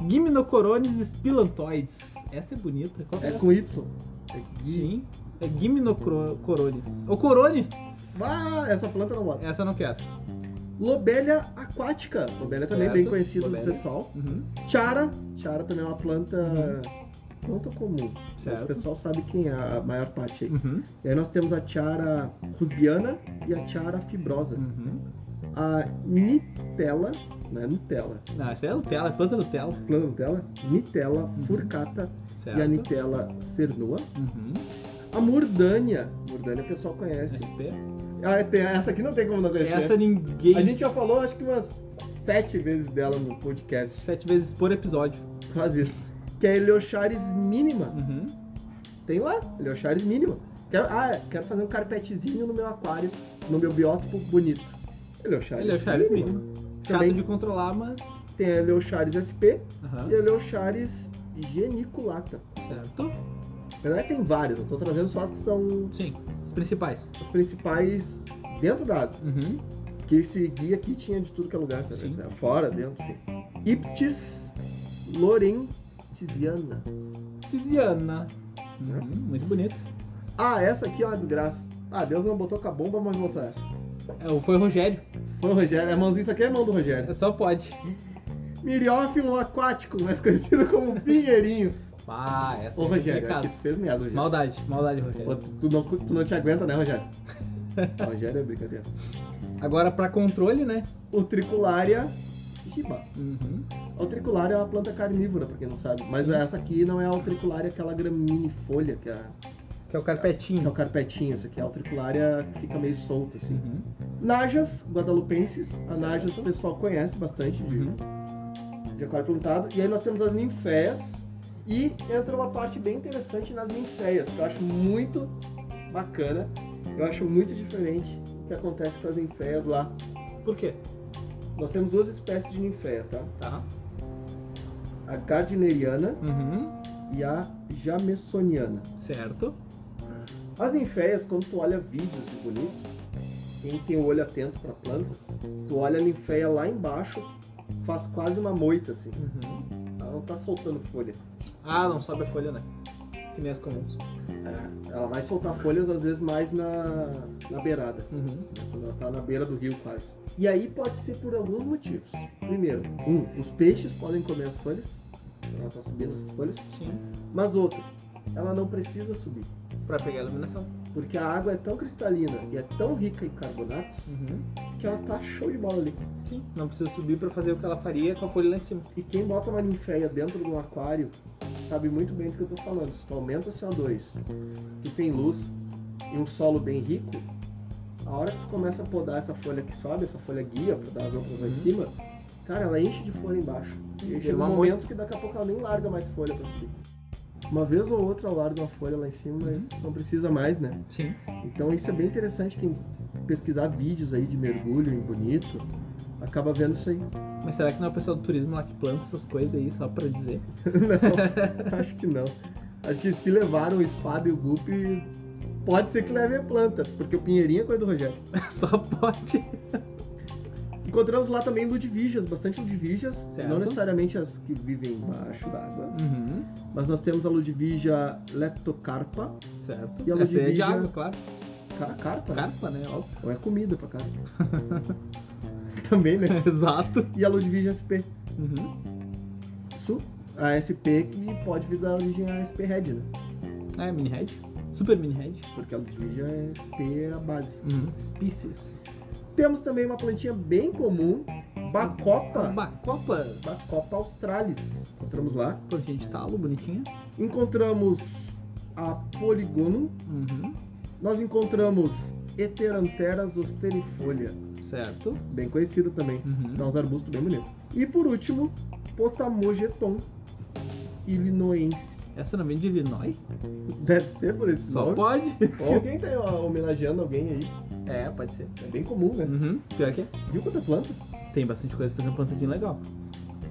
A: Gimnocorones spilantoides. Essa é bonita. Qual que é,
B: É
A: essa?
B: com Y. É gui.
A: Sim. É Gimnocorones. Ô, Corones!
B: Ah, essa planta não bota.
A: Essa eu não quero.
B: Lobelha aquática. Lobelha também
A: Certo.
B: bem conhecida do
A: Lobelia.
B: pessoal.
A: Uhum.
B: Chara. Chara também é uma planta. Não tão comum. Mas
A: Certo.
B: o pessoal sabe quem é a maior parte aí.
A: Uhum.
B: E aí nós temos a tiara rusbiana e a tiara fibrosa.
A: Uhum.
B: A Nitella, né? Nutella,
A: Não, essa é Nutella, é planta Nutella.
B: planta Nutella, Nitella
A: Uhum.
B: furcata e a
A: Certo.
B: Nitella cernua.
A: Uhum.
B: A Murdânia, Murdânia o pessoal conhece.
A: SP.
B: Ah, tem- essa aqui não tem como não conhecer.
A: Essa é ninguém.
B: é A gente já falou acho que umas sete vezes dela no podcast,
A: Sete vezes por episódio.
B: quase isso. Que é Eleocharis mínima.
A: Uhum.
B: Tem lá, Eleocharis mínima. Quero, ah, quero fazer um carpetezinho no meu aquário, no meu biótipo bonito. Eleocharis,
A: Ele é o Charles
B: mínima.
A: mínimo. Chato
B: Também
A: de controlar, mas.
B: tem a Eleocharis SP
A: Aham.
B: e a Eleocharis geniculata.
A: Certo.
B: Na verdade tem várias, eu tô trazendo só as que são
A: Sim. Os principais.
B: as principais dentro da água.
A: Uhum.
B: Porque esse guia aqui tinha de tudo que é lugar, tá
A: Sim.
B: vendo? Fora, dentro. enfim. Iptis lorentziana.
A: Tiziana.
B: Hum?
A: Uhum. Muito bonito.
B: Ah, essa aqui é uma desgraça. Ah, Deus não botou com a bomba, mas botou essa.
A: É, o- foi o Rogério.
B: Foi o Rogério, a mãozinha, isso aqui é a mão do Rogério.
A: É, Só pode.
B: Miriófilo aquático, mais conhecido como pinheirinho.
A: Ah, essa
B: Ô,
A: é
B: Rogério,
A: complicada.
B: aqui tu fez merda, Rogério.
A: Maldade, maldade,
B: Pô,
A: Rogério.
B: tu, tu não, tu não te aguenta, né, Rogério? Rogério é brincadeira.
A: Agora pra controle, né?
B: O Tricularia giba.
A: Uhum.
B: O Tricularia é uma planta carnívora, pra quem não sabe. Mas essa aqui não é o Tricularia, aquela graminifolha, que é,
A: Que é o
B: que é o
A: carpetinho.
B: carpetinho. Essa aqui é o Tricularia que fica meio solto, assim.
A: Uhum.
B: Najas guadalupenses. A Najas o pessoal conhece bastante de,
A: Uhum.
B: de aquário plantado. E aí nós temos as ninféias. E entra uma parte bem interessante nas ninféias, que eu acho muito bacana. Eu acho muito diferente o que acontece com as ninféias lá.
A: Uhum. Por quê?
B: Nós temos duas espécies de ninféia, tá?
A: Tá.
B: A gardineriana
A: Uhum.
B: e a jamesoniana.
A: Certo.
B: As ninféias, quando tu olha vídeos de bonito, quem tem o olho atento para plantas, tu olha a ninféia lá embaixo, faz quase uma moita assim.
A: Uhum.
B: Ela não tá soltando folha.
A: Ah, não sobe a folha, né? Que nem as comuns.
B: É, Ela vai soltar folhas às vezes mais na, na beirada,
A: Uhum.
B: né, quando ela tá na beira do rio quase. E aí pode ser por alguns motivos. Primeiro, um, os peixes podem comer as folhas, ela tá subindo essas folhas,
A: Sim.
B: mas outro, ela não precisa subir,
A: Pra pegar a iluminação.
B: porque a água é tão cristalina e é tão rica em carbonatos
A: Uhum.
B: que ela tá show de bola ali.
A: Sim. Não precisa subir pra fazer o que ela faria com a folha lá em cima.
B: E quem bota uma ninféia dentro de um aquário sabe muito bem do que eu tô falando. Se tu aumenta o CO2, tu tem luz e um solo bem rico, a hora que tu começa a podar essa folha que sobe, essa folha guia pra dar as outras lá em
A: Uhum.
B: cima, cara, ela enche de folha embaixo. E
A: Vira
B: chega um
A: uma
B: momento que daqui a pouco ela nem larga mais folha pra subir. Uma vez ou outra ela larga uma folha lá em cima, mas não precisa mais, né?
A: Sim.
B: Então isso é bem interessante quem pesquisar vídeos aí de mergulho em bonito, acaba vendo isso aí.
A: Mas será que não é o pessoal do turismo lá que planta essas coisas aí só pra dizer?
B: Não, acho que não. Acho que se levaram o espada e o gup, pode ser que leve a planta, porque o pinheirinho é coisa do Rogério.
A: só pode.
B: Encontramos lá também ludivijas, bastante ludivijas,
A: Certo.
B: não necessariamente as que vivem embaixo d'água,
A: Uhum.
B: mas nós temos a ludivija leptocarpa,
A: Certo.
B: E a
A: Essa aí é de
B: Ludivija-
A: água, claro.
B: ca- carpa, né?
A: Carpa, né? Óbvio.
B: ou é comida pra carpa. também, né?
A: Exato.
B: E a ludivija sp,
A: Uhum.
B: su, a sp que pode vir da origem a sp red, né?
A: É, mini head. Super mini head.
B: Porque a ludivija sp é a base.
A: Uhum. Species.
B: Temos também uma plantinha bem comum, Bacopa.
A: As bacopas.
B: Bacopa australis. Encontramos lá.
A: Plantinha de talo, tá, bonitinha.
B: Encontramos a Poligonum.
A: Uhum.
B: Nós encontramos Heteranthera zosterifolia,
A: Certo.
B: bem conhecida também.
A: Uhum.
B: Isso dá uns arbustos bem bonitos. E por último, Potamogeton illinoense.
A: Essa não vem de Illinois?
B: Deve ser por esse
A: Só
B: nome.
A: pode.
B: Ou alguém tá homenageando alguém aí.
A: É, pode ser.
B: É bem comum, né?
A: Uhum. Pior que é.
B: Viu quanta planta?
A: Tem bastante coisa pra fazer um plantadinho legal.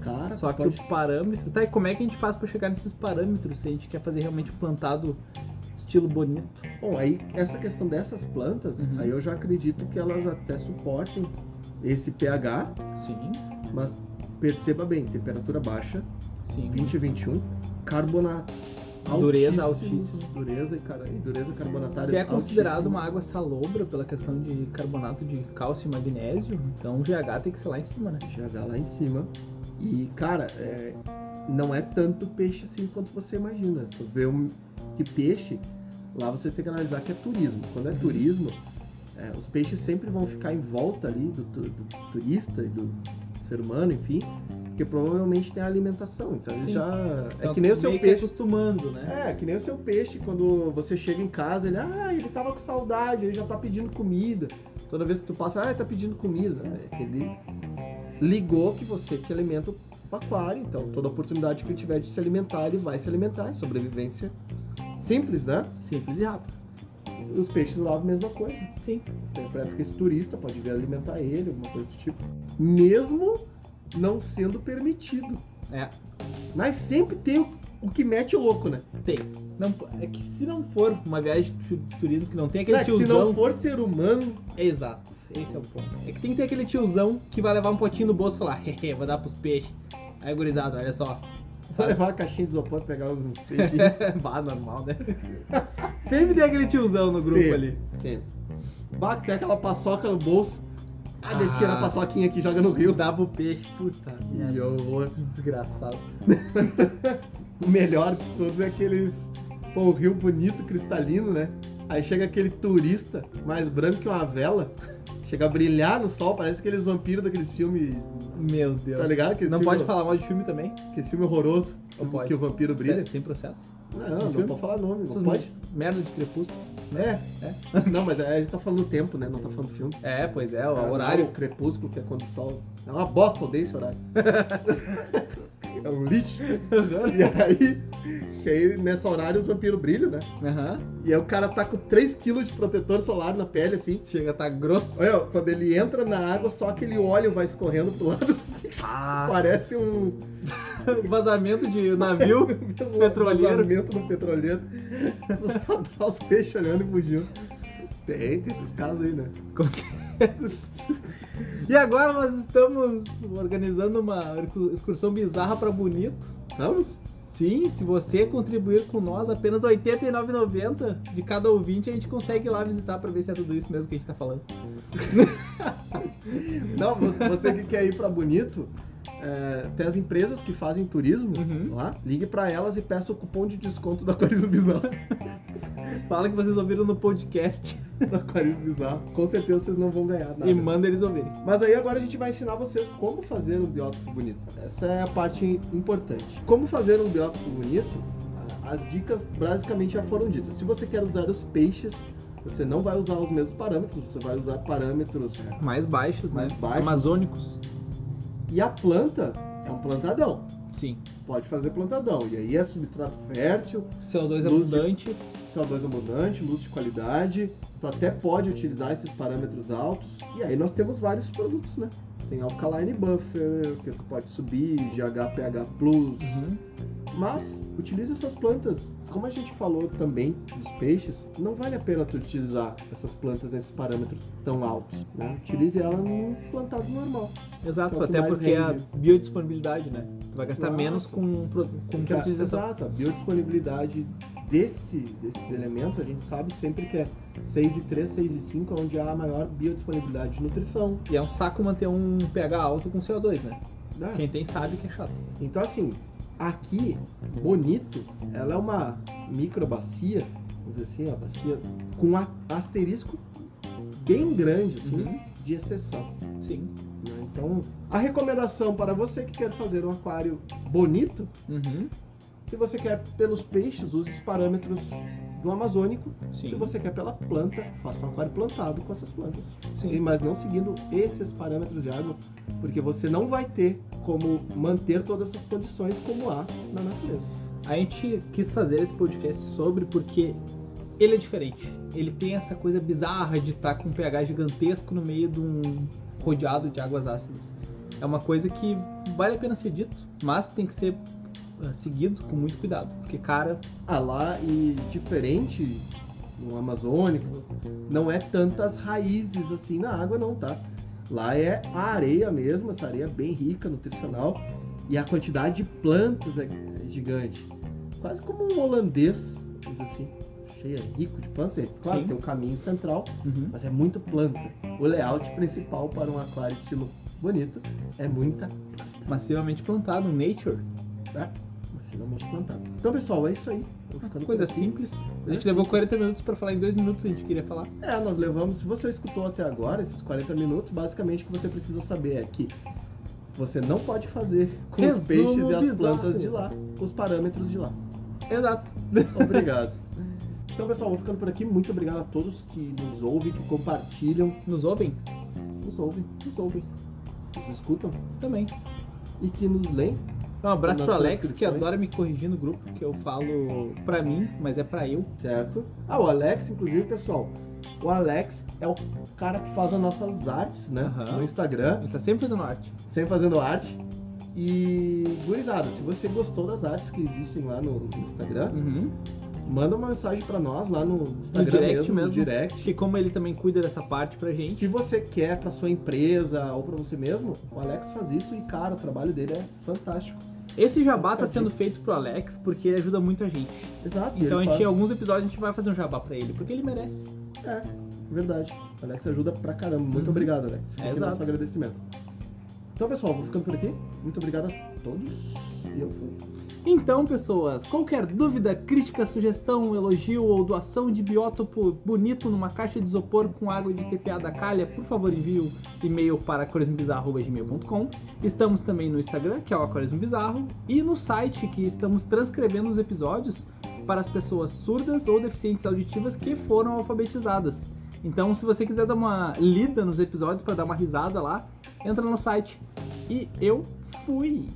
B: Cara,
A: Só que
B: pode-
A: o parâmetro. Tá, e como é que a gente faz pra chegar nesses parâmetros se a gente quer fazer realmente um plantado estilo bonito?
B: Bom, aí essa questão dessas plantas,
A: Uhum.
B: aí eu já acredito que elas até suportem esse pH,
A: Sim,
B: mas perceba bem, temperatura baixa,
A: sim.
B: 20 e 21, carbonatos.
A: Dureza
B: altíssimos,
A: altíssima.
B: Dureza e, cara, e dureza carbonatária
A: Se é considerado uma
B: altíssima.
A: água salobra pela questão de carbonato de cálcio e magnésio, então o GH tem que ser lá em cima, né?
B: GH lá em cima. E, cara, é, não é tanto peixe assim quanto você imagina. Tu vê um, que peixe, lá você tem que analisar que é turismo. Quando é
A: Uhum.
B: turismo, é, os peixes sempre vão ficar em volta ali do, tu- do turista e do ser humano, enfim, porque provavelmente tem a alimentação. Então ele
A: Sim.
B: já.
A: Então,
B: é que nem o
A: tu
B: seu
A: meio que
B: peixe.
A: acostumando, né?
B: É, que nem o seu peixe, quando você chega em casa, ele, ah, ele tava com saudade, ele já tá pedindo comida. Toda vez que tu passa, ah, ele tá pedindo comida. É que ele ligou que você que alimenta o aquário, então toda oportunidade que ele tiver de se alimentar, ele vai se alimentar. É sobrevivência simples, né?
A: Simples e rápido.
B: Os peixes lá, a mesma coisa.
A: Sim.
B: Interpreto que esse turista pode vir alimentar ele, alguma coisa do tipo. Mesmo não sendo permitido.
A: É.
B: Mas sempre tem o- o que mete o louco, né?
A: Tem. Não, é que se não for uma viagem de turismo que não tem aquele
B: Né, que se
A: tiozão.
B: não for ser humano,
A: Exato, esse é o ponto. É que tem que ter aquele tiozão que vai levar um potinho no bolso e falar, hehe, vou dar pros peixes. Aí, gurizada, olha só.
B: Só levar a caixinha de isopor pra pegar os peixes.
A: bah, normal, né? Sempre tem aquele tiozão no grupo
B: Sim.
A: ali.
B: Sempre. Bah, tem aquela paçoca no bolso. Ah, deixa eu
A: Ah.
B: tirar a paçoquinha aqui, joga no rio.
A: Dá pro peixe, puta
B: E
A: merda.
B: eu vou-
A: Que desgraçado.
B: O melhor de todos é aqueles. Pô, o rio bonito, cristalino, né? Aí chega aquele turista mais branco que uma vela. Chega a brilhar no sol, parece aqueles vampiros daqueles filmes.
A: Meu Deus.
B: Tá ligado? Aqueles
A: Não
B: filme-
A: pode falar mal de filme também?
B: Aquele filme horroroso
A: Não pode.
B: que o vampiro brilha.
A: Tem processo?
B: Não, não
A: Filme?
B: pode falar nome, não
A: Essas
B: pode.
A: Merda de crepúsculo. né?
B: É, é. Não, mas a gente tá falando do tempo, né? Não tá falando do filme.
A: É, pois é,
B: Ah,
A: o
B: não,
A: horário.
B: o crepúsculo, que é quando o sol. É uma bosta, odeio esse horário. é um lixo. E aí, que aí, nessa horário, os vampiros brilham, né?
A: Aham.
B: E aí o cara tá com 3kg de protetor solar na pele, assim.
A: Chega, tá grosso.
B: Olha, ó, quando ele entra na água, só aquele óleo vai escorrendo pro lado, assim.
A: Ah,
B: Parece um
A: vazamento de navio. Petroleiro.
B: vazamento no petroleiro. Só dá os peixes olhando e fugindo. Tem, tem esses casos aí, né?
A: E agora nós estamos organizando uma excursão bizarra para Bonito.
B: Vamos?
A: Sim, se você contribuir com nós, apenas R$ 89,90 de cada ouvinte, a gente consegue ir lá visitar para ver se é tudo isso mesmo que a gente tá falando.
B: Não, você, você que quer ir pra Bonito, é, tem as empresas que fazem turismo
A: Uhum.
B: lá, ligue pra elas e peça o cupom de desconto do Aquarismo Bizarro.
A: Fala que vocês ouviram no podcast
B: do Aquarismo Bizarro. Com certeza vocês não vão ganhar nada.
A: e manda eles ouvirem.
B: Mas aí agora a gente vai ensinar vocês como fazer um biótipo bonito. Essa é a parte importante. Como fazer um biótipo bonito, a- as dicas basicamente já foram ditas. Se você quer usar os peixes, você não vai usar os mesmos parâmetros, você vai usar parâmetros é,
A: Mais baixos,
B: mais
A: né?
B: baixos.
A: Amazônicos.
B: E a planta é um plantadão.
A: Sim.
B: pode fazer plantadão. E aí é substrato fértil,
A: CO2
B: Luz
A: é
B: de-
A: abundante.
B: CO2 abundante, luz de qualidade. Tu até pode utilizar esses parâmetros altos. E aí nós temos vários produtos, né? Tem Alkaline Buffer, que tu pode subir, GH, pH+.
A: Uhum.
B: Mas utiliza essas plantas. Como a gente falou também dos peixes, não vale a pena tu utilizar essas plantas, esses parâmetros tão altos. Né? Utilize ela num plantado normal.
A: Exato,
B: Quanto
A: até
B: mais
A: porque é a
B: rende.
A: biodisponibilidade, né? Tu vai gastar
B: Nossa.
A: menos com, pro- com
B: Porque a-
A: fertilização.
B: Tá, Exato, a biodisponibilidade desse, desses elementos, a gente sabe sempre que é 6 e 3, 6 e 5 é onde há a maior biodisponibilidade de nutrição.
A: E é um saco manter um pH alto com CO2, né?
B: né?
A: Quem tem sabe que é chato.
B: Então, assim, aqui, Bonito, ela é uma microbacia, vamos dizer assim, uma bacia com um a- asterisco bem grande, assim,
A: Uhum.
B: de exceção.
A: Sim.
B: né? Então, a recomendação para você que quer fazer um aquário bonito
A: Uhum.
B: Se você quer pelos peixes, use os parâmetros do amazônico.
A: Sim.
B: Se você quer pela planta, faça um aquário plantado com essas plantas. E-
A: Sim.
B: Mas não seguindo esses parâmetros de água, porque você não vai ter como manter todas essas condições como há na natureza.
A: A gente quis fazer esse podcast sobre porque ele é diferente. Ele tem essa tá coisa bizarra de estar com um pH gigantesco no meio de um rodeado de águas ácidas. é uma coisa que vale a pena ser dito, mas tem que ser ah, seguido com muito cuidado, porque cara,
B: Ah, lá e diferente no Amazônico, não é tantas raízes assim na água não, tá? Lá é a areia mesmo, essa areia bem rica, nutricional, e a quantidade de plantas é é gigante. Quase como um holandês, diz assim, cheia, rico de plantas. É, Claro,
A: Sim.
B: tem o caminho central,
A: uhum,
B: mas é muita planta. O layout principal para um aquário estilo bonito é muita
A: massivamente plantado, nature,
B: tá? Mas se não mais plantada. Então, pessoal, é isso aí. Tô ficando por
A: coisa
B: aqui.
A: simples. A gente
B: É
A: levou
B: simples.
A: 40 minutos pra falar em dois minutos a gente queria falar.
B: É, nós levamos. Se você escutou até agora, esses 40 minutos, basicamente o que você precisa saber é que você não pode fazer com
A: Resumo
B: os peixes e as
A: bizarro.
B: plantas de lá, os parâmetros de lá.
A: Exato.
B: Obrigado. então, pessoal, vou ficando por aqui. Muito obrigado a todos que nos ouvem, que compartilham,
A: Nos ouvem
B: nos ouvem, nos ouvem, nos escutam
A: também.
B: e que nos leem.
A: Um abraço
B: Nas
A: pro Alex, que
B: transcrições.
A: adora me corrigir no grupo, que eu falo pra mim, mas é pra eu.
B: Certo? Ah, o Alex, inclusive, pessoal. O Alex é o cara que faz as nossas artes, né?
A: Aham.
B: No Instagram.
A: Ele tá sempre fazendo arte.
B: sempre fazendo arte. E, gurizada, se você gostou das artes que existem lá no no Instagram,
A: Uhum.
B: manda uma mensagem pra nós lá no Instagram
A: direct
B: mesmo, no
A: mesmo.
B: direct.
A: Que como ele também cuida dessa parte pra gente,
B: Se você quer pra sua empresa ou pra você mesmo, o Alex faz isso e, cara, o trabalho dele é fantástico.
A: esse jabá tá sendo feito pro Alex porque ele ajuda muito a gente.
B: Exato. e
A: Então, a
B: ele
A: gente, em
B: faz-
A: alguns episódios, a gente vai fazer um jabá pra ele, porque ele merece.
B: É, verdade. O Alex ajuda pra caramba. Muito
A: Uhum.
B: obrigado, Alex. Fica
A: É,
B: aqui
A: exato.
B: nosso agradecimento. Então, pessoal, vou ficando por aqui. Muito obrigado a todos. E eu fui.
A: Então, pessoas, qualquer dúvida, crítica, sugestão, elogio ou doação de biótopo bonito numa caixa de isopor com água de TPA da calha, por favor envie o e-mail para aquarismobizarro.gmail.com. Estamos também no Instagram, que é o Aquarismo Bizarro, e no site, que estamos transcrevendo os episódios para as pessoas surdas ou deficientes auditivas que foram alfabetizadas. Então, se você quiser dar uma lida nos episódios para dar uma risada lá, entra no site. E eu fui!